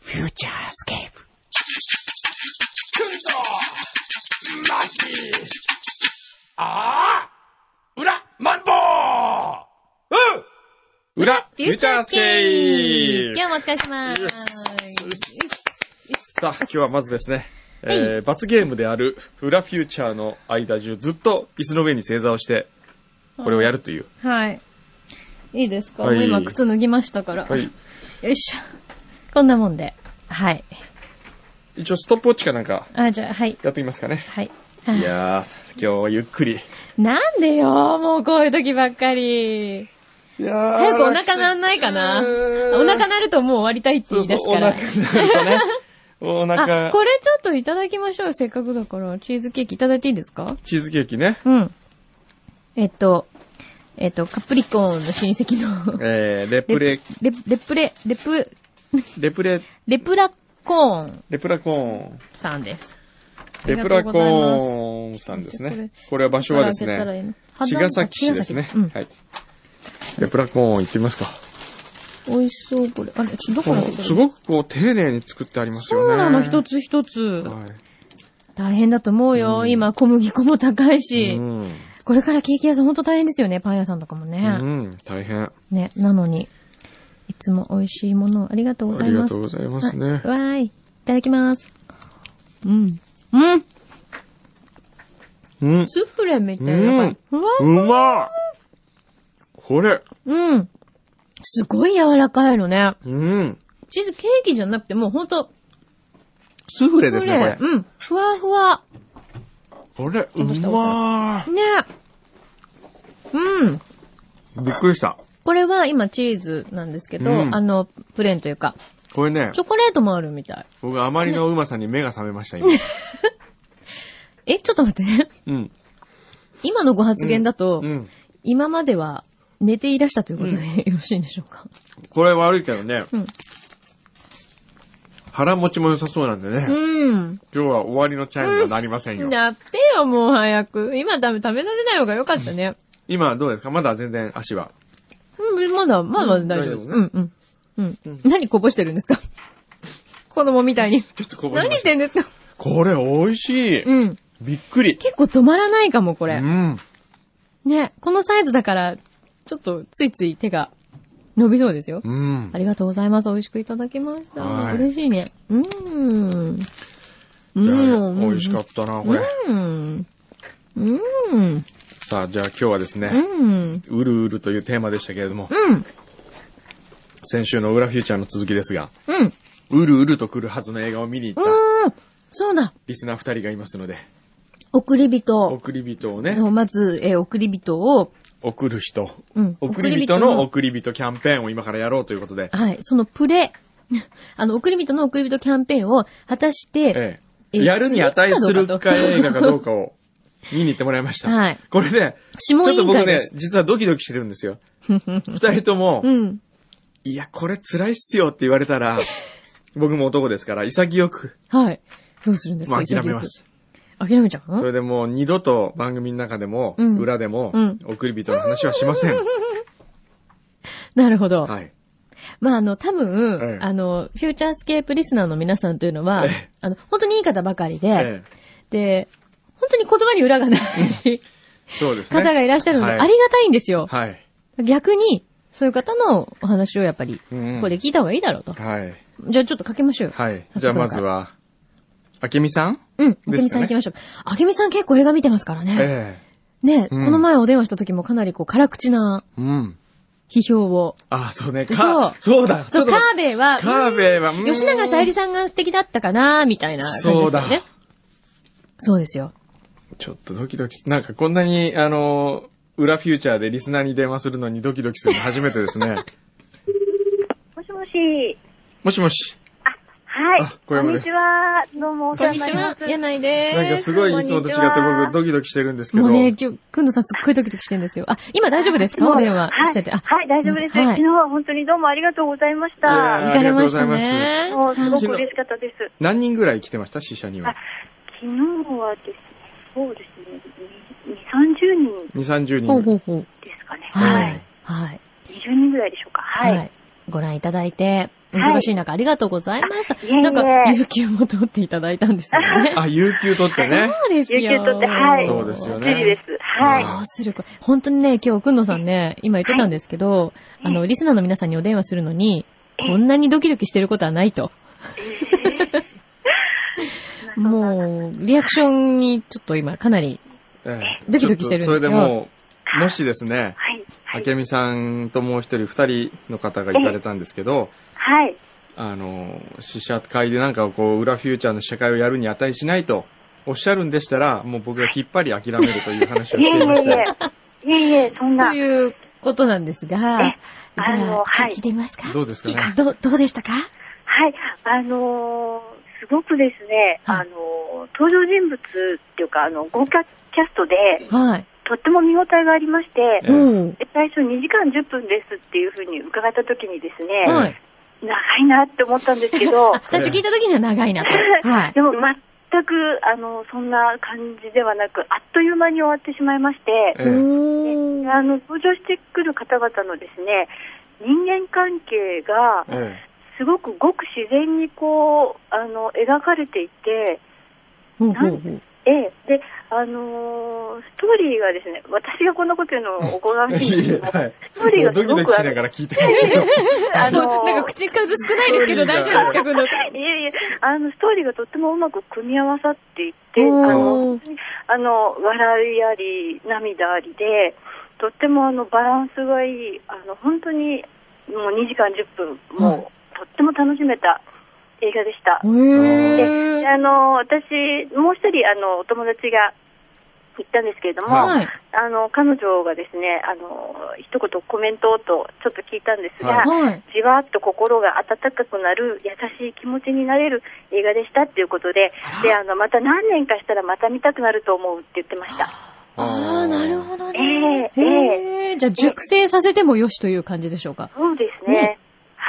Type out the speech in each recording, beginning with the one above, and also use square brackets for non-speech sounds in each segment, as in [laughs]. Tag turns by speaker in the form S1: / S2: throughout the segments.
S1: フューチャースケープ。
S2: くんどまきああ裏マンボウうん裏フューチャースケープ
S3: 今日もお疲れ様
S2: よしさあ、今日はまずですね、えー、罰ゲームである裏フューチャーの間中ずっと椅子の上に正座をして、これをやるという。
S3: はい。いいですか、
S2: はい
S3: もう今靴脱ぎましたから。
S2: はい。
S3: よいしょ。こんなもんで。はい。
S2: 一応ストップウォッチかなんか
S3: あ、じゃあ、はい。
S2: やってみますかね。
S3: はい。
S2: いやー、今日はゆっくり。
S3: なんでよ、もうこういう時ばっかり。
S2: いやー
S3: 早くお腹なんないかな。お腹なるともう終わりたいって
S2: そ
S3: 言
S2: う
S3: い
S2: そう
S3: 出す、
S2: お
S3: か
S2: 腹
S3: ら。
S2: なんかね。お [laughs]
S3: あ
S2: 腹、、
S3: これちょっといただきましょう。せっかくだから。チーズケーキいただいていいですか
S2: チーズケーキね。
S3: うん。えっと、えっと、カプリコーンの親戚の
S2: えー、レプレ、
S3: レ、レプレ、レプ、
S2: レプレ、
S3: レプラコーン
S2: レプラコーン。
S3: さんです。
S2: レプラコーンさんです
S3: ありがとうござい
S2: ね
S3: ま。
S2: これは場所はですね、茅ヶ崎市ですね。
S3: うん。
S2: はい。レプラコーン行ってみますか。
S3: 美味しそう、これ。あれ、ちょどこから出てる
S2: すごくこう、丁寧に作ってありますよ
S3: そ
S2: ね。
S3: うなの、一つ一つ。
S2: はい。
S3: 大変だと思うよ。今、小麦粉も高いし。
S2: うん。
S3: これからケーキ屋さんほんと大変ですよね。パン屋さんとかも
S2: う
S3: ね。
S2: ん、大変。あ
S3: ね、なのに。いつも美味しいものをありがとうござい
S2: りが
S3: ます。
S2: とうございますね
S3: あ。わーい。いただきます。うん。うん。
S2: うん。
S3: スフレみたいな感じ。うわ
S2: うまいこれ。
S3: うん。すごい柔らかいのね。
S2: うん。
S3: チーズケーキじゃなくてもうほんと、
S2: スフレ
S3: ス
S2: で
S3: フ
S2: すね
S3: レ、、うん。ふわふわ。
S2: これ。これ、うま
S3: ね。うん。
S2: いびっくりした。
S3: これは今チーズなんですけど、
S2: うん
S3: あの、プレーンというか、
S2: これね
S3: チ、ョコレートもあるみたい。
S2: 僕あまりのうまさに目が覚めました、今。
S3: え、ちょっと待って [laughs] ね。
S2: うん。
S3: 今のご発言だと、
S2: うん。
S3: 今までは寝ていらしたということで、よろしいんでしょうか。
S2: これ悪いけどね。
S3: うん
S2: 腹持ちも良さそうなんでね。
S3: うん。
S2: 今日は終わりのチャイムがなりませんよ。
S3: だってよ、もう早く。今ダメ、食べさせない方がよかったね。
S2: 今どうですかまだ全然足は。
S3: うん、まだ、まだ大丈夫です。
S2: うん
S3: うん、うん。うん。何こぼしてるんですか [laughs] 子供みたいに。
S2: ちょっとこぼれ
S3: 何
S2: ま
S3: 言っ
S2: した
S3: てんですか
S2: これ美味しい。
S3: うん。
S2: びっくり。
S3: 結構止まらないかも、こ
S2: う
S3: れ。
S2: ん。
S3: ね、このサイズだから、ちょっとついつい手が伸びそうですよ。
S2: うん
S3: あ。りがとうございます。美味しくいただきました。
S2: はい
S3: 嬉しいね。うーん。う
S2: じゃあ
S3: ん。
S2: 美味しかったな、これ。
S3: うん。うん。
S2: さあ、じゃあ今日はです
S3: う
S2: ね、
S3: ん。
S2: うるうるというテーマでしたけれども、
S3: うん。
S2: 先週の裏フューチャーの続きですが、
S3: うん。
S2: うるうると来るはずの映画を見に行った
S3: うん。そうだ。
S2: リスナー二人がいますので、
S3: 送り人
S2: 送り人をね、
S3: の、まず、えー送り人を、
S2: 送る人、
S3: うん
S2: 送り人の送り人キャンペーンを今からやろうということで、
S3: はい、そのプレ、 [laughs] あの、送り人の送り人キャンペーンを果たして、
S2: え
S3: え
S2: え、
S3: ー
S2: やるに値するか映画かどうか
S3: [laughs]
S2: を見に行ってもらいました。
S3: はい
S2: これね、
S3: 諮
S2: ちょ
S3: 問
S2: っ
S3: 委
S2: と
S3: 員
S2: 僕
S3: 会で
S2: ね
S3: す、。
S2: 実はドキドキしてるんですよ。二人とも、
S3: [laughs] うん。
S2: いや、これ辛いっすよって言われた
S3: [laughs]
S2: ら、僕も男ですから、潔く、
S3: はい。どうするんです
S2: ま
S3: か
S2: あ、諦めま。す。
S3: 潔く諦めちゃう
S2: そ
S3: の
S2: れでもう二度と番組の中でも、
S3: うん
S2: 裏でも、
S3: うん
S2: 送り人の話はしません。
S3: なるほど。
S2: はい。
S3: まあ、あの、多分、
S2: ええ
S3: あの、フューチャースケープリスナーの皆さんというのは、
S2: ええ
S3: あの、本当にいい方ばかりで、
S2: ええ、
S3: で、本当に言葉に裏がない
S2: そうですね。
S3: 方がいらっしゃるので、
S2: はい
S3: ありがたいんですよ。
S2: はい。
S3: 逆に、そういう方のお話をやっぱり、
S2: う
S3: こ
S2: ん
S3: こで聞いた方がいいだろうと。
S2: はい。
S3: じゃあちょっとかけましょうよ。
S2: はい。
S3: 早速
S2: じゃあ
S3: だ
S2: ま
S3: か
S2: ず
S3: ら。
S2: は、あけみさん
S3: うん、あけ
S2: で
S3: み
S2: すか
S3: さん
S2: ね
S3: 行きましょう。あけみさん結構映画見てますからね。
S2: ええ。
S3: ね、
S2: うん
S3: この前お電話した時もかなりこう、辛口な
S2: うん。
S3: 批評を。
S2: ああ、そうね。
S3: そう
S2: か、そうだ。
S3: そう、
S2: ちょっ
S3: カ
S2: と
S3: ーベイは、
S2: カーベイは、
S3: う
S2: うんん
S3: 吉永さゆりさんが素敵だったかな、みたいな感じで
S2: そう
S3: した
S2: だ
S3: よね。そうですよ。
S2: ちょっとドキドキす、なんかこんなに、あの、裏フューチャーでリスナーに電話するのにドキドキするの初めてです
S3: [laughs]
S2: ね。
S4: もしもし。
S2: もしもし。
S4: はい
S2: あ。小
S4: こん
S2: 山で
S4: に
S2: す
S4: ちは。どうもお
S3: こ
S4: 世
S3: んに
S4: 話にな
S3: ち
S4: りま
S3: は、
S4: す。
S3: 柳井で
S2: なんか
S3: す。
S2: すごいいつもと違って
S4: こんにちは
S2: 僕ドキドキしてるんですけど。
S3: もうね、今日、くんどさんすっごいドキドキしてるんですよ。あ、今大丈夫ですか
S4: もう
S3: お電話してて。
S4: は
S3: あ
S4: い、、はい、大丈夫です。
S3: はい
S4: 昨日は本当にどうもありがとうございまし
S2: いやい
S4: た。
S2: や
S3: 行かれました
S2: ありがとうござ
S3: ね。
S4: もう
S2: 昨日
S4: すごく嬉しかったです。
S2: 何人ぐらい来てました死者には
S4: あ。昨日はですね、そうですね、2、30人
S2: 2、30
S3: ほうほ
S2: 人。
S3: うほう。
S4: ですかね。
S3: は
S4: はいい。。
S3: はい。
S4: 20人ぐらいでしょうか。はい。
S3: ご覧いただいて、お忙しい中ありがとうございました。
S4: いえいえ
S3: なんか、有給も取っていただいたんですよね。
S2: あ、有給取ってね。
S3: そうですよ。
S4: 有給取ってはい
S2: そうですよ
S4: ばっ
S2: ね
S4: ちりです。はい。
S3: どうするか。本当にね、今日、くんのさんね、今言ってたんですけど、
S4: い
S3: あの、リスナーの皆さんにお電話するのに、こんなにドキドキしてることはないと。 [laughs] もう、リアクションにちょっと今かなり、
S2: ええ
S3: ドキドキしてるんですよ
S2: ちょっとそれでもう、もしですね、
S4: はい。は
S2: あ
S4: い。
S2: けみさんともう一人、二人の方が行かれたんですけど、
S4: はい。
S2: あの、試写会でなんかこう、裏フューチャーの試写会をやるに値しないとおっしゃるんでしたら、もう僕がきっぱり諦めるという話を
S4: い
S2: し
S4: えい
S2: ていまして。
S4: えいえ。いえいえ、そん
S3: と
S4: な。
S3: いうことなんですが
S4: え、
S3: じゃ
S4: あの
S3: あ、
S4: はい
S3: 聞いてみますか
S2: どうですかね
S3: いどう、どうでしたか
S4: はい、あのーすごくですね、
S3: はい
S4: あのー登場人物っていうか、あの、豪華キャストで、
S3: はい。
S4: とっても見応えがありまして、
S2: ええ
S3: おー
S4: で最初2時間10分ですっていうふうに伺った時にですね、
S3: はい。
S4: 長いなって思ったんですけ
S3: [laughs]
S4: ど
S3: あ、、最初聞いた時には長いなと。はい。
S4: でも全く、あの、そんな感じではなく、あっという間に終わってしまいまして、
S2: ええ
S3: おー
S4: あの、登場してくる方々のですね、人間関係が、
S2: え
S4: すごくごく自然にこう、あの、描かれていて、
S3: ほうほうほう
S4: ええ、で、あのーストーリーがですね、私がこんなこと言うのおこがましいんですけ
S2: え
S4: ど、
S2: はい。
S4: ストーリー
S2: も
S4: が
S2: う [laughs] ド
S4: す
S2: キ
S4: ご
S2: ド
S4: く
S2: キ
S4: あ
S2: し
S4: の
S2: ながら聞いてますけど。
S4: あの
S3: もうなんか口数少ないですけど大丈夫ですか、くんのさん。
S4: いえいえ、あの、ストーリーがとってもうまく組み合わさっていて、あ
S3: お
S4: の
S3: ー、
S4: あの、笑いあり、涙ありで、とってもあの、バランスがいい、あの、本当に、もう2時間10分、もう、
S3: はい
S4: とっても楽しめた映画でした。
S3: へ
S4: で
S3: ー。。
S4: あの、私、もう一人、あの、お友達が行ったんですけれども、
S2: はい
S4: あの、彼女がですね、あの、一言コメントをと、ちょっと聞いたんですが、
S2: はい
S3: はい。
S4: じわーっと心が温かくなる、優しい気持ちになれる映画でしたっていうことで、で、あの、また何年かしたらまた見たくなると思うって言ってました。
S3: ああ、なるほどね。
S4: ええ
S3: へえ。じゃあ、熟成させてもよしという感じでしょうか。
S4: そうですね。
S3: ね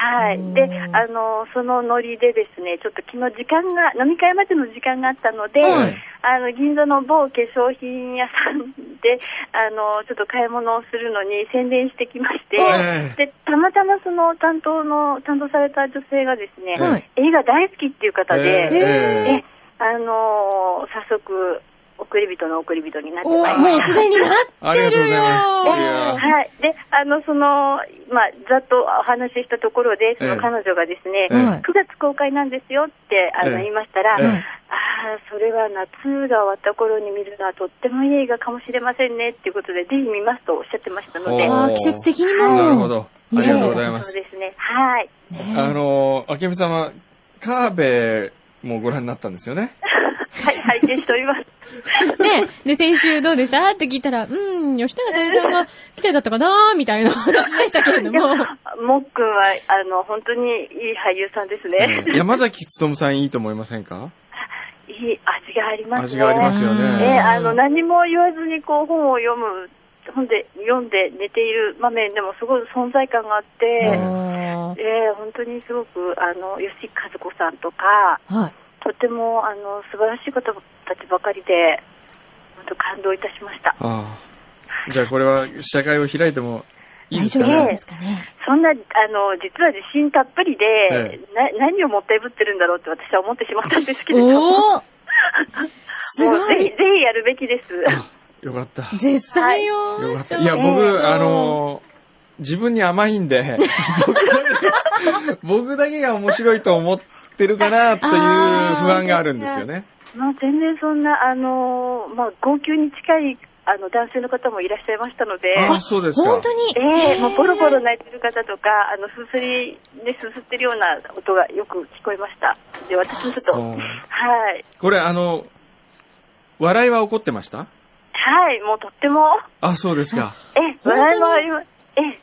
S4: はい
S3: うん。
S4: で、あの、そのノリでですね、ちょっと昨日時間が、飲み会までの時間があったので、
S3: はい
S4: あの、銀座の某化粧品屋さんで、あの、ちょっと買い物をするのに宣伝してきまして、
S2: え
S4: で、たまたまその担当の、担当された女性がですね、
S3: はい。
S4: 映画大好きっていう方で、
S3: え
S4: えあのー早速、送り人の送り人になって
S3: お
S4: まい
S3: ー
S4: りま
S3: もう
S4: し
S3: すでになっ
S2: あ
S3: て
S2: りがとう
S3: る
S2: ござい
S3: よ
S2: ますいや
S4: た。はい。で、あの、その、まあ、ざっとお話ししたところで、そ
S2: ええ
S4: の彼女がですね、
S2: ええ
S4: 9月公開なんですよって、あの、
S2: ええ
S4: 言いましたら、
S2: ええ
S4: ああ、それは夏が終わった頃に見るのはとってもいい映画かもしれませんねっていうことで、ぜひ見ますとおっしゃってましたので、
S2: お
S3: あー季節的にも。
S2: なるほど。ありがとうございま
S4: そう
S2: す。
S4: ですね。はい。
S3: ね。
S2: あの、あけみ様、カーベもご覧になったんですよね。
S4: はい、拝見しております。
S3: ねで、先週どうでしたって聞いたら、うーん、吉永小百合さんが綺麗だったかなーみたいな話でしたけれど
S4: いや
S3: [laughs] も。
S4: もっくんは、あの、本当にいい俳優さんですね。
S2: うん山崎努さんいいと思いませんか
S4: [laughs] いい味があります
S2: 味
S4: ね。
S2: がありますよ
S3: うん
S4: え
S2: ね
S4: え。あの、何も言わずに、こう、本を読む、本で、読んで寝ている場面でも、すごい存在感があっ
S2: う
S4: て、
S2: ん
S3: あー
S4: ええ本当にすごく、あの、吉和子さんとか、
S3: はい。
S4: とても、あの、素晴らしい方たちばかりで、本当感動いたしました。
S2: ああ。じゃあこれは試写会を開いてもいいで
S3: 大
S2: す
S3: 丈
S2: か
S3: 夫そう
S2: ね
S3: で。すかね。
S4: そんな、あの、実は自信たっぷりで、
S2: え
S4: な何をもったいぶってるんだろうって私は思ってしまったんですけれども、
S3: おーす
S4: もう
S3: ご
S4: ぜひ、
S3: い
S4: ぜひやるべきです。
S2: あよかった。
S3: 絶賛よー
S2: よかっ
S3: ち
S2: た。
S3: ょ
S2: いや、
S4: ええ
S2: 僕、あのー自分に甘いん
S3: [laughs]
S2: で、僕だけが面白いと思ってるかなっていう不安があるんですよね。
S4: まあ、全然そんな、あのーまあ、号泣に近いあの男性の方もいらっしゃいましたので、
S2: あ、そうですか。
S3: 本当に。
S4: ええもうボロボロ泣いてる方とか、あの、すすり、ね、すすってるような音がよく聞こえました。で、私もちょっと、
S2: そう。
S4: はい、
S2: これ、あの、笑いは起こってました
S4: はい、もうとっても、
S2: あ、そうですか。
S4: え
S3: 当
S4: え
S3: に
S4: 笑いもあります、ええ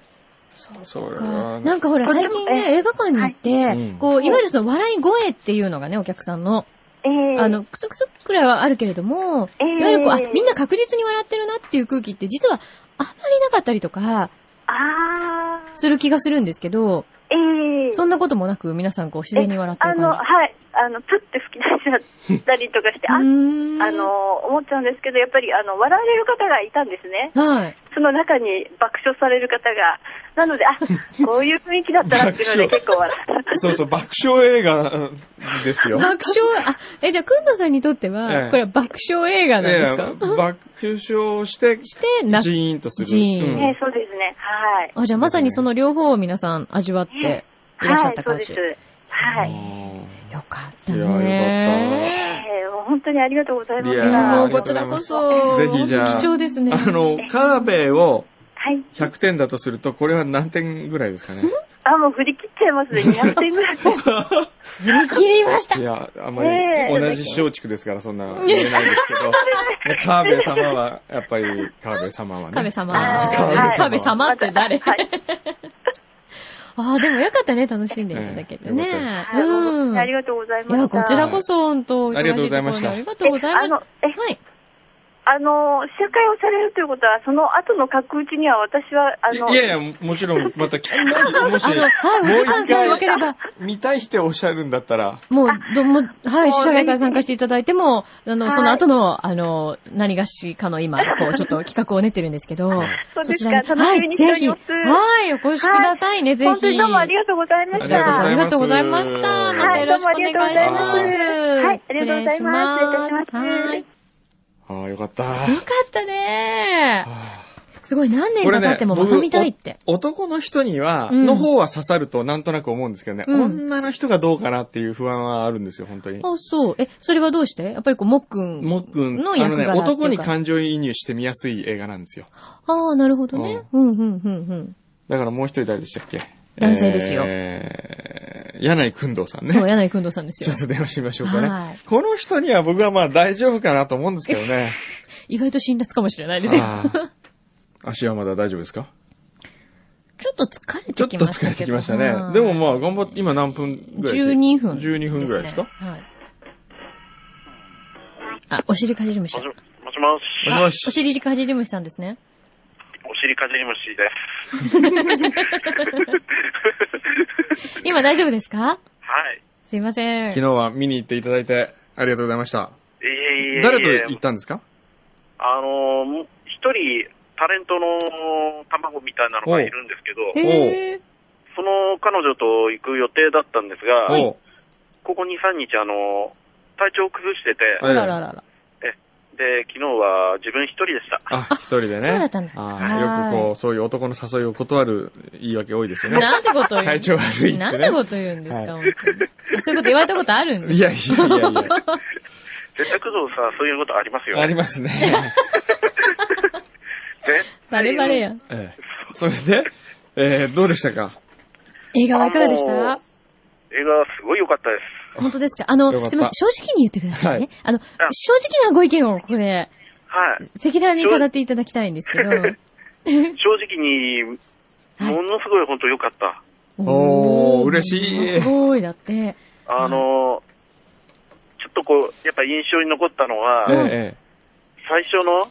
S3: そう
S2: それ
S3: か
S2: は。
S3: なんかほら、
S4: これ
S3: 最
S4: でも
S3: 近ね、映画館に行って、
S2: はいうん
S3: こう、いわゆるその笑い声っていうのがね、お客さんの、
S4: ええ
S3: あの、クスクスくらいはあるけれども、
S4: ええ
S3: いわゆるこう、あ、みんな確実に笑ってるなっていう空気って、実は、あんまりなかったりとか、
S4: ああ、
S3: する気がするんですけど、
S4: ええい。
S3: そんなこともなく、皆さんこう自然に笑って
S4: あ
S3: る
S4: の、
S3: 感
S4: はい。あの、プッて吹き出しちゃったりとかして、
S3: じ。
S4: あ、
S3: うーん
S4: あ、の、思っちゃうんですけど、やっぱり、あの、笑われる方がいたんですね。
S3: はい。
S4: その中に爆笑される方が。なので、
S3: [laughs]
S4: あ、こういう雰囲気だったらっていうので結構笑った。
S2: そうそう、爆笑映画ですよ。
S3: 爆笑、あ、え、じゃあ、くんのさんにとっては、
S2: ええ
S3: これは爆笑映画なんですか、
S2: ええ爆笑して、
S3: して、な
S2: ジ、ーンとする。
S3: ジーン
S2: うん
S4: ね、そうですね。はい。
S3: あ、じゃあまさにその両方を皆さん味わっていらっしゃ
S4: は
S3: っ
S4: い
S3: た、
S4: そう
S3: 感
S4: で
S3: じ。
S4: す。はい。
S3: よかったね。
S2: いやよ
S4: えー、もう本当にありがとうございまし
S2: い
S4: た。
S2: や
S3: いやもう
S2: ありが
S3: こと
S2: うご
S3: ち
S2: ざい
S3: らこ
S2: ます
S3: そ、
S2: ぜひじゃあ
S3: 貴重ですね。
S2: あの、カーベイを
S4: はい。
S2: 100点だとすると、これは何点ぐらいですかね。
S4: あ、もう振り切っちゃいま
S3: [laughs]
S4: すね。200点ぐらい。
S3: 振り切りました
S2: いや、あんまり
S4: ねえ
S2: 同じ松竹ですから、そんな言えないですけ
S3: [laughs]
S2: ど、カーベイ様は、やっぱり、カーベイ様はね。
S3: カベ様。
S4: あーはい
S3: カベ様って誰
S4: はい。
S3: [laughs] ああ、でもよかったね、楽しんでいただけてね
S2: ええよかっ。
S4: はい
S3: うん。
S4: あり
S3: い
S4: がとうございました。
S3: や、こちらこそ、本当
S2: ありがとうございました
S3: 忙しところにありがとうございま
S4: え
S3: す。
S4: あ
S3: は
S4: の、え、
S3: い。
S4: あの、試写会をされるということは、その後の格打ちには私は、あの、
S2: いやいや、ももちろん、また、もし
S3: あ、の、はい、お時間さえ良ければ、
S2: 見たい人おっしゃるんだったら、
S3: もう、どもう、はい、
S4: もう
S3: 試写会から参加していただいても、あの、
S4: はい
S3: その後の、あの、何がしかの今、こう、ちょっと企画を練ってるんですけど、
S4: そうですか
S3: に、
S4: 楽
S3: は
S4: しみ
S3: い、
S4: にして
S3: ぜ
S4: おり
S3: ひ、
S4: ま
S3: は
S4: す
S3: い、お越しくださいね、ぜひ。
S4: 本当にどうもありがとうございまし
S2: ありがとうございました
S4: た。
S3: ありがとうございました。またよろしくお願いします。
S4: はいどうもありがとうございますはいありがとうございます
S3: 失礼しはい。よ
S2: ああ、よかった。
S3: かったね
S2: あ
S3: すごい、何年
S2: これ
S3: か
S2: ね
S3: 経ってもまた見たいっ
S2: ー
S3: て。
S2: 男の人には、
S3: うん
S2: の方は刺さるとなんとなく思うんですけどね、
S3: うん
S2: 女の人がどうかなっていう不安はあるんですよ、本当に。
S3: あ、そう。え、それはどうしてやっぱりこう、もっくん。
S2: もっくん、
S3: の
S2: あ
S3: 役
S2: のね、
S3: 柄っていうか
S2: 男に感情移入して見やすい映画なんですよ。
S3: ああ、なるほどね。うん、うん、うん、うん。
S2: だからもう一人誰でしたっけ
S3: 男性ですよ
S2: えー、柳井くんどうさんね。
S3: そう、柳井くんどさんです
S2: ちょ
S3: よ
S2: っ。と電話してみましょうかね。
S3: はい
S2: この人には僕はまあ大丈夫かなと思うんですけど
S3: [laughs]
S2: ね。
S3: 意外と辛辣かもしれないですよ。
S2: あー足はまだ大丈夫ですか
S3: ちょっと疲れ
S2: ちょって
S3: き
S2: と
S3: ましたけど。
S2: 疲れてきましたね
S3: は。い
S2: でもまあ頑張って、今何分ぐらいで
S3: 12分、
S2: 12分ぐらいですか
S3: ねはい。あ、お尻かじり虫。
S1: もしもしも
S2: も
S1: し
S2: しもし
S3: あお尻かじり虫さんですね。
S1: お尻かじり虫です。
S3: 今大丈夫ですか
S1: はい。
S3: すいません。
S2: 昨日は見に行っていただいてありがとうございました。
S1: いえいえいえ
S2: 誰と行ったんですか
S1: あのー、もう一人、タレントの卵みたいなのがいるんですけど、
S3: へー
S1: その彼女と行く予定だったんですが、
S2: おう
S1: ここ2、3日、あのー、体調を崩してて、
S2: は
S3: あ
S2: い
S3: らららら。
S1: で、昨日は自分一人でした。
S2: あ、一人でね。
S3: そうだったんだ
S2: あーよく
S3: は
S2: こう、そういう男の誘いを断る言い訳多いですよね。
S3: なんてこと言う
S2: 体調悪いって、ね。
S3: なんてこと言うんですか、本当にあそういうこと言われたことあるんです
S2: いやいやいやい
S1: 絶対工藤さん、そういうことありますよ
S3: [laughs]
S2: や。あり
S1: ね。
S2: ますね。
S1: 絶
S3: バ
S1: 対
S3: レバレや。
S2: ええそれで、えーどうでしたか
S3: 映画はいかがでし
S1: あ
S3: た
S1: の映画、すごい良かったです。
S3: 本当ですかあ
S2: よ
S3: の、
S2: かった
S3: すみません、正直に言ってください
S2: は
S3: ね
S2: い。
S3: あの、正直なご意見をここで、 [laughs]
S1: はい。
S3: 赤裸々に語っていただきたいんですけど。
S1: 正直に、
S3: はい
S1: ものすごい本当良かった。
S2: おー嬉しい
S3: すごい、だって。
S1: あのちょっとこう、やっぱ印象に残ったのは、
S2: ええ
S3: うん
S2: え
S1: 最初の、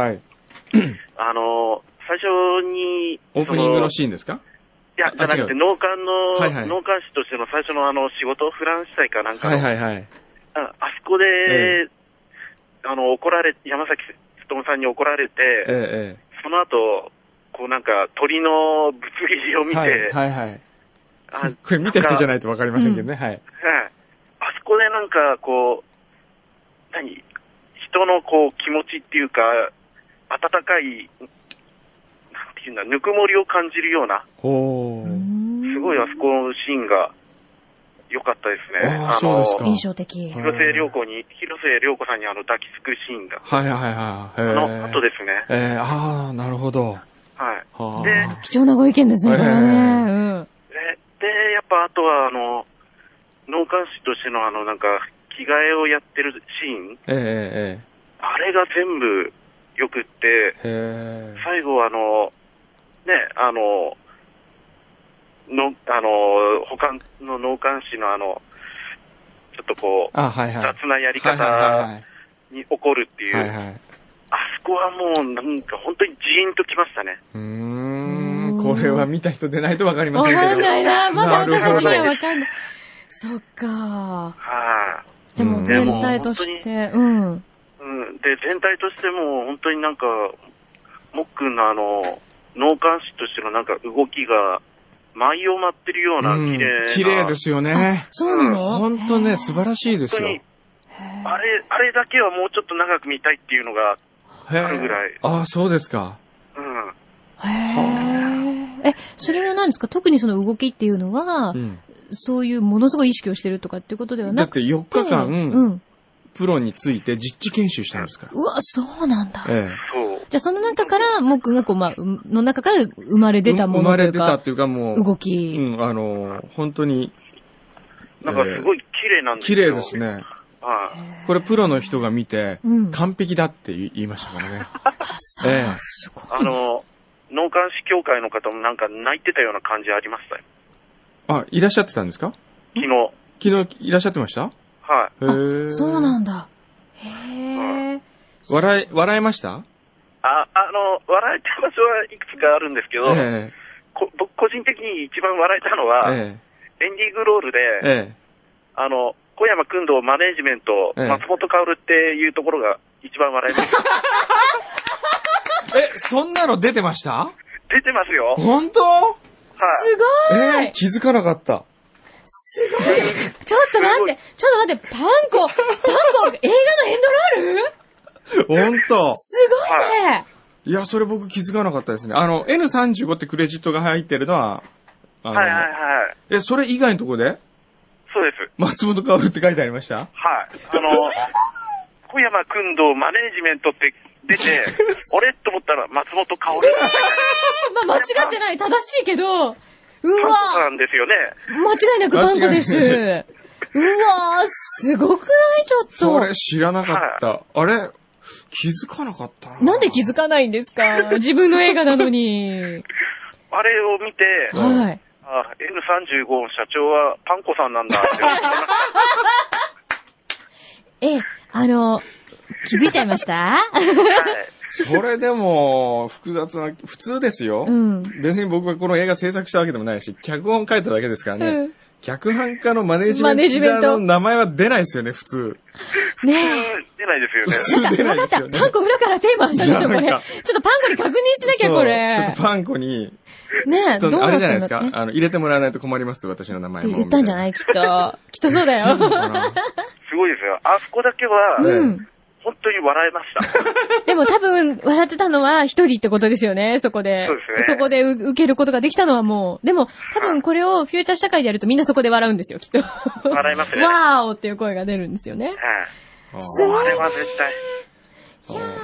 S2: えはい。
S1: あの最初に、
S2: オープニングの
S1: そ
S2: シーンですか
S1: いや、じゃな
S2: あ違
S1: く
S2: う
S1: て、農館の、
S2: はいはい
S1: 農館師としての最初のあの、仕事、フランス大かなんか
S2: は
S1: の、
S2: いはいはい。
S1: ああそこで、
S2: え
S1: あの、怒られ、山崎努さんに怒られて、
S2: えええ
S1: その後、こうなんか、鳥のぶつ切りを見
S2: え
S1: て、
S2: はいはいはい。
S1: あ
S2: すっごい見た人じゃないとわかりませんけどね。はい。
S1: はい。あそこでなんか、こう、何人のこう気持ちっていうか、温かい、なんていうんだ、ぬくもりを感じるような、
S2: ほ
S3: う
S2: ー。
S3: ん
S1: すごいあそこのシーンが良かったですね。
S2: あーそうですか
S3: 印象的。
S2: はい
S1: 広末涼子に、広末涼子さんにあの抱きつくシーンが、
S2: はいはいはい。え
S1: あ
S2: え
S1: の後ですね。
S2: ええああ、なるほど。
S1: はい。
S2: は
S1: で
S2: あ。
S3: 貴重なご意見ですね、これはね。
S2: ええ
S3: うん。
S1: で、でやっぱあとはあの、農家師としてのあのなんか、着替えをやってるシーン、
S2: えええ
S1: あれが全部良くって、
S2: ええええ
S1: 最後はあの、ね、あの、の、あの、保管の農官士のあの、ちょっとこう、
S2: あ、はいはい。
S1: 雑なやり
S2: はいは
S1: 方に起こるってい、
S2: いはいはい。はいうはい。
S1: あそこはもうなんか本当にジーンときましたね。
S2: うー。
S3: うんうん
S2: これは見た人でないとわかりま
S3: わ
S2: せんけど。
S3: かんないな。ま
S2: な
S3: だ
S2: るほ
S3: 私
S2: ど
S3: にはわかんない。そっか。
S1: はい、
S3: じゃあもう
S2: で
S3: 全
S2: も
S3: 体として、うん。
S1: うん、で、全体としても、本当になんか、もっくんのあの、脳幹視としてのなんか動きが、舞を舞ってるような
S2: うん
S1: 綺麗な、。
S2: 綺麗ですすよね。
S3: そうなの
S2: 本当ね、素晴らしいです
S1: 本当
S2: よ。
S1: に、
S3: へー
S1: あれ、あれだけはもうちょっと長く見たいっていうのが、
S2: へえ
S1: あるぐらい
S2: ああ、そうですか。
S1: うん。
S3: へえ。え、それは何ですか特にその動きっていうのは、
S2: うん
S3: そういうものすごい意識をしてるとかっていうことでは
S2: だ
S3: な
S2: っ
S3: くて。
S2: て4日
S3: う
S2: 間、
S3: ん。
S2: プロについて実地研修したんですから。
S3: うわ、そうなんだ。
S2: ええ。
S1: そう。
S3: じゃあその中から、もっくんがこう、まあ、うんの中から生まれ出た
S2: 生
S3: もの
S2: ま
S3: とい
S2: れ
S3: う
S2: 出たっ
S3: か、
S2: ていうかもう、
S3: 動
S2: う
S3: き。
S2: ん、あの、本当に、
S1: なんかすごい綺麗なんです
S2: 綺
S1: よ。
S2: 麗です。ね。
S1: はい、
S2: これプロの人が見て、
S3: うん。
S2: 完璧だって言いましたからね。
S3: あ、そう
S2: ええ
S3: すごい。
S1: あの、脳幹視協会の方もなんか泣いてたような感じありましたよ。
S2: [laughs] あ、いらっしゃってたんですか
S1: 昨日。
S2: 昨日いらっしゃってました
S1: はい、
S2: へえ。
S3: そうなんだ。へえ。
S2: 笑い、笑いました
S1: あ、あの、笑えた場所はいくつかあるんですけど、
S2: え
S1: こ僕個人的に一番笑えたの
S2: え
S1: は、
S2: え
S1: エンディングロールで、
S2: ええ
S1: あの、小山君堂マネージメント、
S2: ええ
S1: 松本薫っていうところが一番笑いました。
S2: [laughs] え、そんなの出てました
S1: 出てますよ。はい。
S2: 本当
S3: す
S2: え
S3: ごい、
S2: え気づかなかった。
S3: すごいちょっと待って、ちょっと待って、パンコ、パンコ、映画のエンドロール
S2: 本当
S3: すごいね、
S2: いや、それ僕気づかなかったですね。あの、N35 ってクレジットが入ってるのは、あの、
S1: はいはいはい。
S2: え、それ以外のとこで
S1: そうです。
S2: 松本薫って書いてありました
S1: はい。
S3: [laughs]
S1: あの、小山君堂マネージメントって
S3: [laughs]
S1: 出て、俺と思ったら松本薫だった
S3: あまあ間違ってない、正しいけど、うわ
S1: なんですよね。
S3: 間違いなくパンコです。う
S2: 間違い
S3: わぁ、すごくないちょっと。
S2: それ知らなかった。あれ気づかなかったな。
S3: なんで気づかないんですか自分の映画なのに。
S1: あれを見て、
S3: はい。
S1: あ N35 の社長はパンコさんなんだって思いました。
S3: ええ、あの、気づいちゃいました
S1: はい。
S2: それでも、複雑な、普通ですよ。
S3: [laughs] うん。
S2: 別に僕はこの映画制作したわけでもないし、脚本書いただけですからね。
S3: うん
S2: 脚本家のマネージ
S3: マネージメ
S2: メ
S3: ン
S2: ン
S3: ト
S2: トの名前は出ないですよね、普通。
S3: ねえ。
S1: うん出ないですよね。
S3: なんか、わかった。パンコ裏からテーマしたでしょ、これ。
S2: い
S3: ち
S2: や
S3: ょ
S2: な
S3: っ
S2: んか
S3: とパンコに確認しなきゃ、こ
S2: そうちょ
S3: れ
S2: っと。パン粉に、
S3: ねえ、
S2: ちょっ
S3: どう
S2: とあ
S3: な
S2: れ
S3: っ
S2: じゃない
S3: た
S2: で
S3: の
S2: す
S3: っ
S2: か。あの、入れてもらわないと困ります、私の名前
S3: て
S2: も。
S3: 言ったんじゃないきっと。きっとそう
S2: [laughs]
S3: だ
S2: みたい
S3: よ。
S2: な
S1: すごいですよ。あそこだけは、
S2: ね
S3: うん。
S1: 本当に笑えました。
S3: でも多分、笑ってたのは一人ってことですよね、そこで。
S1: そうですね
S3: そこでう受けることができたのはもう。でも、多分これをフューチャー社会でやるとみんなそこで笑うんですよ、
S2: [laughs]
S3: きっと。わ
S1: 笑いますね。はい。
S3: ーおっていう声が出るんですよね。すご
S1: あ
S3: い
S1: れは絶対。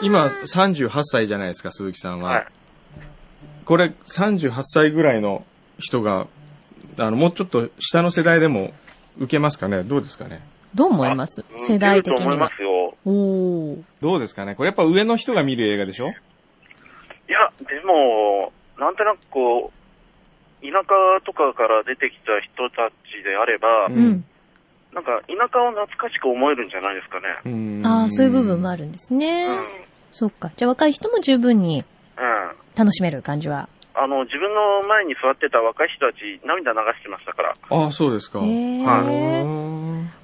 S2: 今、38歳じゃないですか、鈴木さんは。
S1: はい。
S2: これ、38歳ぐらいの人が、あの、もうちょっと下の世代でも受けますかねどうですかね
S3: どう思います
S1: うん
S3: 世代的
S1: 出ると思
S3: に
S1: いま
S3: は。
S1: すよ。
S3: おー。
S2: どうですかねこれやっぱ上の人が見る映画でしょ
S1: いや、でも、なんとなくこう、田舎とかから出てきた人たちであれば、
S2: う
S3: うんん。
S1: なんか田舎を懐かしく思えるんじゃないですかね。
S2: うん
S3: ああ、そういう部分もあ
S2: る。
S3: るんですね。
S1: うん。うん。
S3: そっか。じゃあ若い人も十分に楽しめる感じは。
S1: あの、自分の前に座ってた若い人たち、涙流してましたから。
S2: ああ、そうですか。
S3: へえ、
S1: は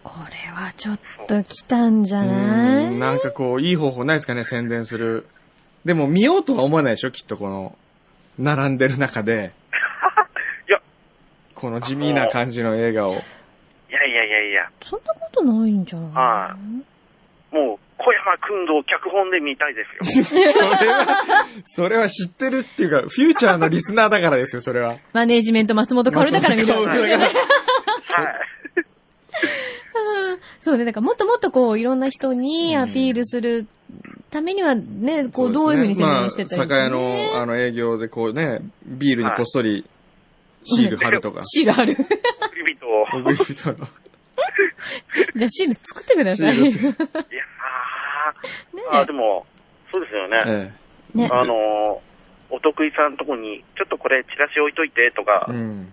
S3: これはちょっと来たんじゃな
S2: う
S3: い
S2: んなんかこう、いい方法ないですかね、宣伝する。でも見ようとは思わないでしょ、きっとこの、並んでる中で。
S1: いや。
S2: この地味な感じの映画を。
S1: いやいやいやいや、
S3: そんなことないんじゃない、
S1: はもう、小山君堂脚本で見たいですよ。
S2: それは、それは知ってるっていうか、フューチャーのリスナーだからですよ、それは。
S3: マネージメント松本薫だから見るわけですよ
S2: 松
S3: ね
S2: 本。薫
S1: はい。
S3: [laughs] そうね、だからもっともっとこう、いろんな人にアピールするためにはね、こう、どういうふうに宣伝してったらいい
S2: まあ、
S3: です
S2: 酒
S3: かね。
S2: 屋の、あの、営業でこうね、ビールにこっそりシール貼るとか。
S3: シールある。 [laughs]
S1: 送り人を。
S2: 僕言ったの
S3: じゃあシール作ってください。 [laughs]
S2: シール
S1: いや
S3: ね
S1: ー、あ、でも、そうですよね。
S2: [laughs] え
S3: ね
S1: あの、お得意さんのとこに、ちょっとこれ、チラシ置いといてとか
S2: え。う、ん。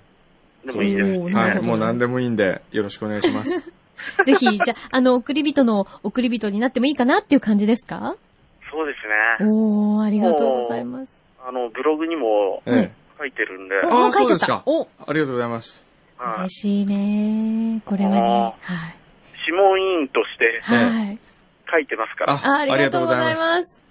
S1: でもいいですし
S3: おー
S1: ね。
S3: な
S2: は
S3: る
S2: い。
S3: ほど
S2: もう何でもいいんで、よろしくお願いします。
S3: ぜひ、じゃあ、あの、送り人の送り人になってもいいかなっていう感じですか
S1: そうですね。
S3: おー、ありがとうございます。
S1: あの、ブログにも、
S2: ええ。
S1: 書いてるんで、
S3: お、
S2: あー
S3: もう書いちゃ
S2: そうで
S3: っ
S2: す
S3: た
S2: か。
S3: お、
S2: ありがとうございます。
S1: は
S3: 嬉
S1: い
S3: しいね。これは
S1: あ
S3: ね
S1: ー。
S3: はい。
S1: 諮問委員として
S3: はい。
S1: 書いてますから、
S3: あありがとうございます。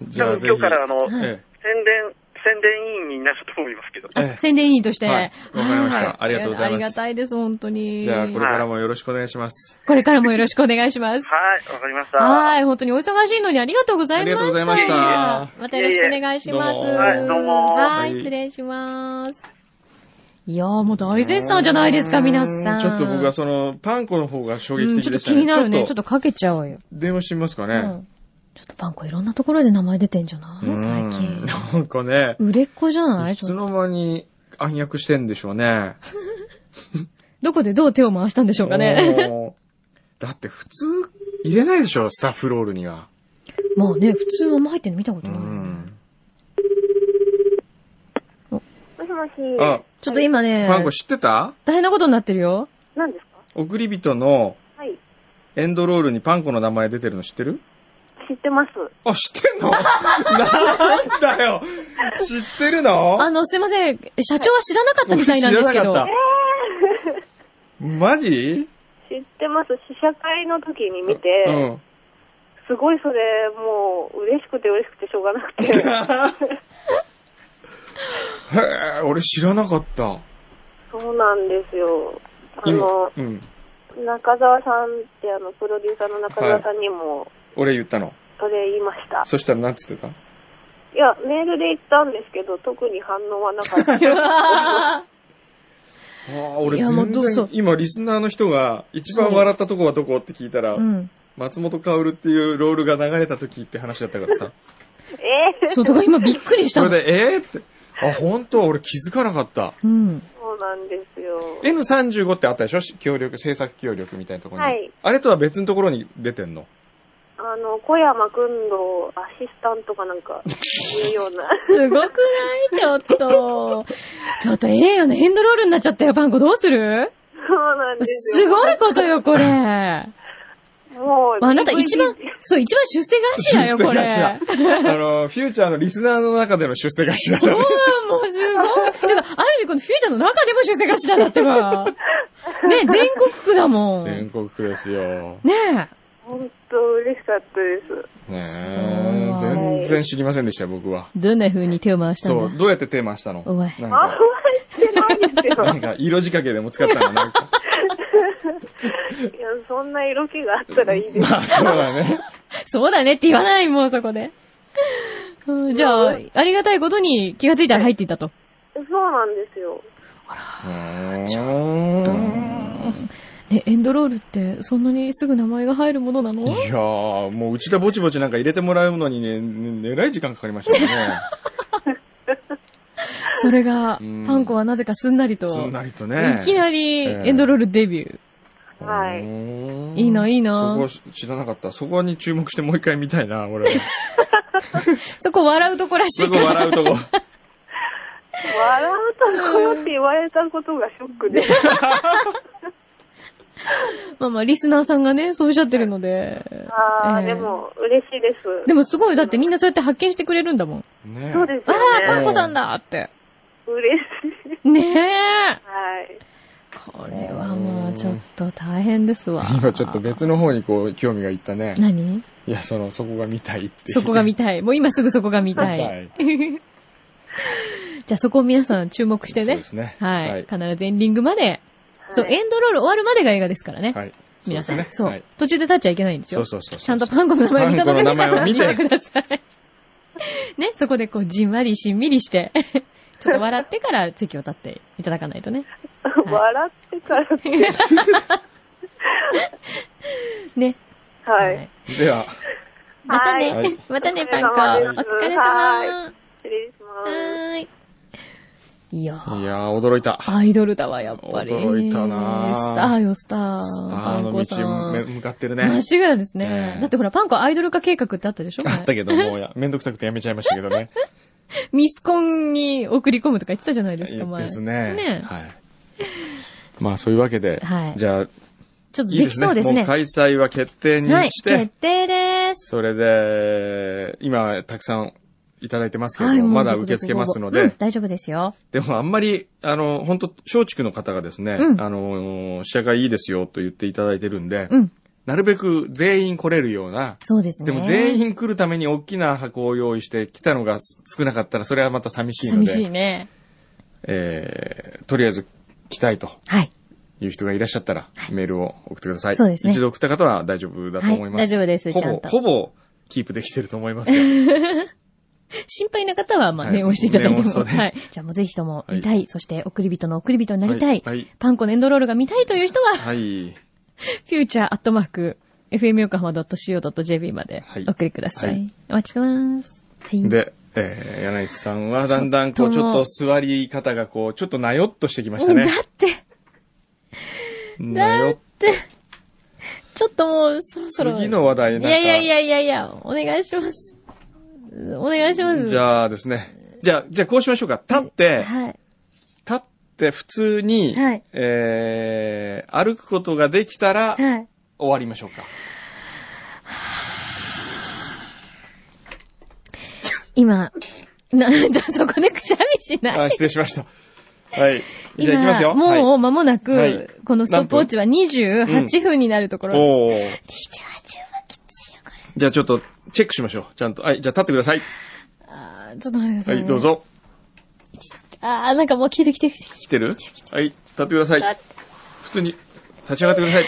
S2: じ
S1: 多
S2: ゃあ
S1: 分
S2: ぜ
S1: 今
S2: ひ
S1: 日。からあの、宣
S3: は
S2: え
S3: い
S1: 伝、宣伝委員になると思いますけど、
S2: え
S3: あ宣伝委員として。
S2: はい
S3: は
S2: わかりましたありがとうございます
S3: ありがたいです、本当
S2: え
S3: に。
S2: じゃあこれからもよろしくお願いします。
S3: これからもよろしくお願いします。
S1: はい、わかりました。
S3: はい、本当にお忙しいのにありがとうござい
S2: あり
S3: ました。
S2: がとうございました
S3: またよろしくお願いします。
S2: いえいえはい
S1: どうも
S3: はい、
S2: はい
S3: 失礼します。いやー、もう大絶賛じゃないですか、皆さん。
S2: ちょっと僕はその、パン粉の方が衝
S3: うん
S2: 撃的
S3: ちょっと
S2: でした
S3: 気
S2: ね。
S3: になるね。ちょっ
S2: っと
S3: とかけちゃおうよ。
S2: 電話してみますか
S3: う
S2: ね。
S3: ん。ちょっとパン粉いろんなところで名前出てんじゃな
S2: う
S3: い
S2: ん
S3: 最近。
S2: なんかね、
S3: 売れっ子じゃない
S2: いつの間に暗躍してんでしょうね。
S3: どこでどう手を回したんでしょうかね。
S2: おーだって普通入れないでしょ、スタッフロールには。
S3: [laughs] まあね、普通あんま入ってるの見たこ
S2: う
S3: とない。
S2: ん。
S4: もしもし、
S2: あ、
S3: ちょっと今ね、
S2: パンコ知ってた
S3: 大変なことになってるよ。
S4: 何ですか
S2: 送り人の
S4: はい、
S2: エンドロールにパンコの名前出てるの知ってる
S4: 知ってます。
S2: あ、知ってんのなんだよ知ってるの
S3: あの、すいません、社長は知らなかったみたいなんですけ
S2: 僕
S3: ど。
S2: 知らなかった。マジ
S4: 知ってます。試写会の時に見て、
S2: うん。
S4: すごいそれ、もう、嬉しくて嬉しくてしょうがなく
S2: [laughs]
S4: て。
S2: へえ、俺知らなかった。
S4: そうなんですよ。あ
S2: 今
S4: の、、
S2: うん。
S4: 中澤さんって、あの、プロデューサーの中澤さんにも、
S2: 俺言ったの。
S4: それ言いました。
S2: そしたらなんつってた
S4: いや、メールで言ったんですけど、特に反応はな
S2: [laughs]
S4: かった。
S3: [laughs] うわ
S2: ああ、俺
S3: いやもう
S2: 全
S3: どうそう
S2: 然、今リスナーの人が、一番笑ったとこはどこって聞いたら、
S3: ーうん。
S2: 松本薫っていうロールが流れた時って話だったからさ。
S4: ええ
S3: [laughs] そう、だから今びっくりした
S2: そ
S3: も
S2: れ
S3: ん。
S2: で、えー、って。あ、本当俺気づかなかった。
S3: うん。
S4: そうなんですよ。
S2: N35 ってあったでしょ協力、制作協力みたいなところに。
S4: はい
S2: あれとは別のところに出てんの。
S4: あの、小山くんのアシスタントかなんか、いうような。 [laughs]
S3: すごくないちょっと。ちょっと映画のエンドロールになっちゃったよ、パンコ。どうする
S4: そうなんです
S3: す
S4: よ。
S3: ごいことよ、これ。あ
S4: もう、
S3: なた一番
S4: DVD、
S3: そう、一番出世頭だよ、これ。
S2: 出 [laughs] 世
S3: [laughs]
S2: 頭あの、フューチャーのリスナーの中での出世頭だ
S3: そう、
S2: ね。
S3: もうすごい。だから、ある意味このフューチャーの中でも出世頭だってば。ね、
S2: [laughs]
S3: 全国区だもん。
S2: 全
S3: ね
S2: 国区ですよ。
S3: え。
S4: 本当嬉しかったです。
S2: ね
S3: す
S2: え
S3: ごい
S2: 全然知りませんでした、僕は。
S3: どんな風に手を回したん
S2: そ
S3: だ
S2: う、どうやってテーマしたの
S3: おい
S2: なん
S4: あんま
S2: か、
S4: りしてないですよ。
S2: なんか色仕掛けでも使ったのなんか。 [laughs]
S4: いや、そんな色気があったらいいです。
S2: まあ、そうだね。
S3: そうだねって言わない、もうそこで。うんじゃあ、ありがたいことに気がついたら入っていたと。
S4: そうなんですよ。
S3: ね、エンドロールって、そんなにすぐ名前が入るものなの
S2: いやー、もううちでぼちぼちなんか入れてもらうのにね、ね、えらい時間かかりましたね。
S3: それが、
S2: うん
S3: パンコはなぜかすんなりと、
S2: そんなりとね。
S3: いきなりエンドロールデビュー。
S4: はいう
S2: ーん
S3: いいないいな
S2: そこ知らなかった。そこに注目してもう一回見たいな、俺は。
S3: そこ笑うとこらし
S2: す
S3: い
S2: ぐ
S3: から。
S2: 笑うとこ。
S4: 笑うところって言われたことがショッ
S2: [laughs]
S4: クで。
S3: まあまあ、リスナーさんがね、そうおっしゃってるので。
S4: ああ、
S3: ええ
S4: で。も、嬉しいです。
S3: でもすごい、だってみんなそうやって発見してくれるんだもん。
S2: ね
S4: そうです
S3: ああ、
S4: よ
S3: パ
S4: ね。
S3: ンコさんだって。
S4: 嬉しい。
S3: ねえ。
S4: はい。
S3: これはもうちょっと大変ですわ。
S2: 今ちょっと別の方にこう、興味がいったね。
S3: 何
S2: いや、その、そこが見たいっていう。
S3: そこが見たい。もう今すぐそこが見た
S2: 見
S3: い。 [laughs] じゃあそこを皆さん注目して
S2: そう
S3: ね
S2: で。すね。
S3: はい。
S2: はい。
S3: 必ずエンディングまで。そう、エンドロール終わるまでが映画ですからね。
S2: はい
S3: 皆さん。
S2: そ
S3: そう、
S2: うですねはい
S3: 途中で立っちゃいけないんです
S2: そ
S3: よ。
S2: うそうそうそう。
S3: ちゃんとパンコの名前を見届け
S2: パンコの
S3: てから
S2: 名前を見て
S3: ください。ね、そこでこう、じんわりしんみりして、ちょっと笑ってから席を立っていただかないとね。
S4: 笑ってからって。
S3: ね。
S4: はい。。
S2: では、
S3: またね、
S2: はい
S3: またね、パン
S4: お
S3: コ。
S4: 疲
S3: お疲
S4: れ様です
S3: れ様。
S4: は
S3: は
S4: 失礼します。
S3: ーい。いやー
S2: いやー、驚いた。
S3: アイドルだわ、やっぱり。
S2: 驚いたな
S3: スターよ、スター。
S2: スタ
S3: パ
S2: ー
S3: ン
S2: の
S3: コさ
S2: 道め
S3: ん。
S2: 向かってる
S3: まっ
S2: ね。
S3: しぐらですね
S2: ね。え
S3: だってほら、パンコアイドル化計画ってあったでしょ
S2: あったけど、もうや、めんどくさくてやめちゃいましたけど
S3: [laughs]
S2: ね。
S3: ミスコンに送り込むとか言ってたじゃないですか、前。
S2: ですね。
S3: ね
S2: はい。まあ、そういうわけで、
S3: はい
S2: じゃあ、
S3: ちょっと
S2: いい
S3: で
S2: で
S3: き
S2: す
S3: そ
S2: ね。
S3: うですね。
S2: もう開催は決定に
S3: はい、
S2: して、
S3: 決定です。
S2: それで、今、たくさんいただいてますけど、
S3: はい、もう
S2: まだ受け付けますので、
S3: うん大丈夫ですよ。
S2: でもあんまり、あの、本当松竹の方がですね、
S3: うん
S2: あの、試写会いいですよと言っていただいてるんで、
S3: うん。
S2: なるべく全員来れるような、
S3: そうです
S2: で
S3: ね。
S2: も全員来るために大きな箱を用意して来たのが少なかったら、それはまた寂しいの
S3: 寂
S2: で、
S3: しいね。
S2: えー、とりあえず来たいと
S3: はい。
S2: いう人がいらっしゃったら、メールを送ってください。
S3: そうですね
S2: 一度送った方は大丈夫だと思います。
S3: はい大丈夫です
S2: ほ
S3: ちゃん
S2: ぼ、
S3: と
S2: ほぼ、キープできてると思いますよ。
S3: [laughs] 心配な方は、まあ、
S2: はい
S3: 念を押していただいて
S2: 念を
S3: も。
S2: 押すとね
S3: はい。じゃあもうぜひとも見た。
S2: はい
S3: そして、送り人の送り人になりたい。
S2: はい。はい
S3: パンコのエンドロールが見たいという人は、
S2: はい。
S3: future.fmyokohama.co.jp まで
S2: はい
S3: お送りください。
S2: はい
S3: お待ちしてます。はい。
S2: で、えー、柳井さんはだんだんこう、
S3: ち
S2: ち
S3: ょ
S2: ょ
S3: っ
S2: っ
S3: とも
S2: と座り方がこう、ちょっとなよっとしてきまし
S3: う
S2: た
S3: んだ
S2: ね。
S3: って、
S2: なよっ
S3: ちょっともうそろそろ。
S2: 次の話題なん
S3: い
S2: か。
S3: やいやいやいやいや、お願いします。お願いします。
S2: じゃあですね。じゃあ、じゃあこうしましょうか。立って、
S3: はい。
S2: 立って普通に、
S3: はい
S2: えー、歩くことができたら、
S3: はい。
S2: 終わりましょうか。
S3: 今、な、 [laughs] じゃあそこでくしゃみしない。
S2: あ、失礼しました。 [laughs] はい。じゃあ行きます
S3: 今、
S2: よ。
S3: も
S2: は
S3: う間もなく、
S2: はい
S3: このストップウォッチは28分になるとこ
S2: い、
S3: ろで
S2: おー
S3: す。
S2: じゃあちょっと、チェックしましょう。ちゃんと。はい、じゃあ立ってください。
S3: あーちょっと待ってくださ、
S2: はい
S3: ね。
S2: い、どう。ぞ。
S3: あーなんかもう来てる来てる来てる。
S2: 来てるはい、立ってくださ
S3: 立
S2: い。普通に、立ち上がってください。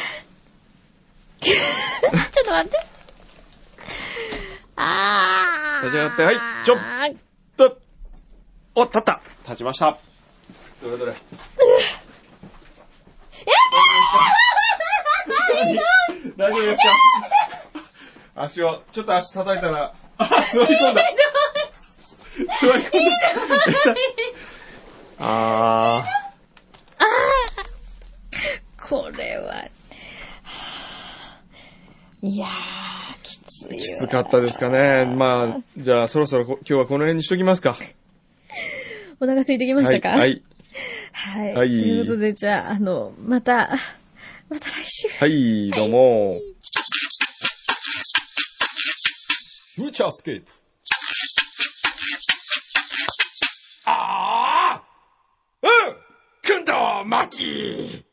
S3: ちょっと待って。あー。
S2: 立ち上がってはいちょっと、お、立った立ちました。どれどれ。大丈夫ですか [laughs] 足を、ちょっと足叩いたら、あ、座り込んだ座り込んだ [laughs] あ
S3: これは。いやー、きついわ。
S2: ー、きつかったですかね。まあ、じゃあそろそろこ今日はこの辺にしときますか。
S3: お腹空いてきましたか
S2: はい、はい、
S3: はい。
S2: はい
S3: ということで、じゃあ、あの、また、また来週。
S2: はい、どうも。フューチャースケープ。ああうんくんどまき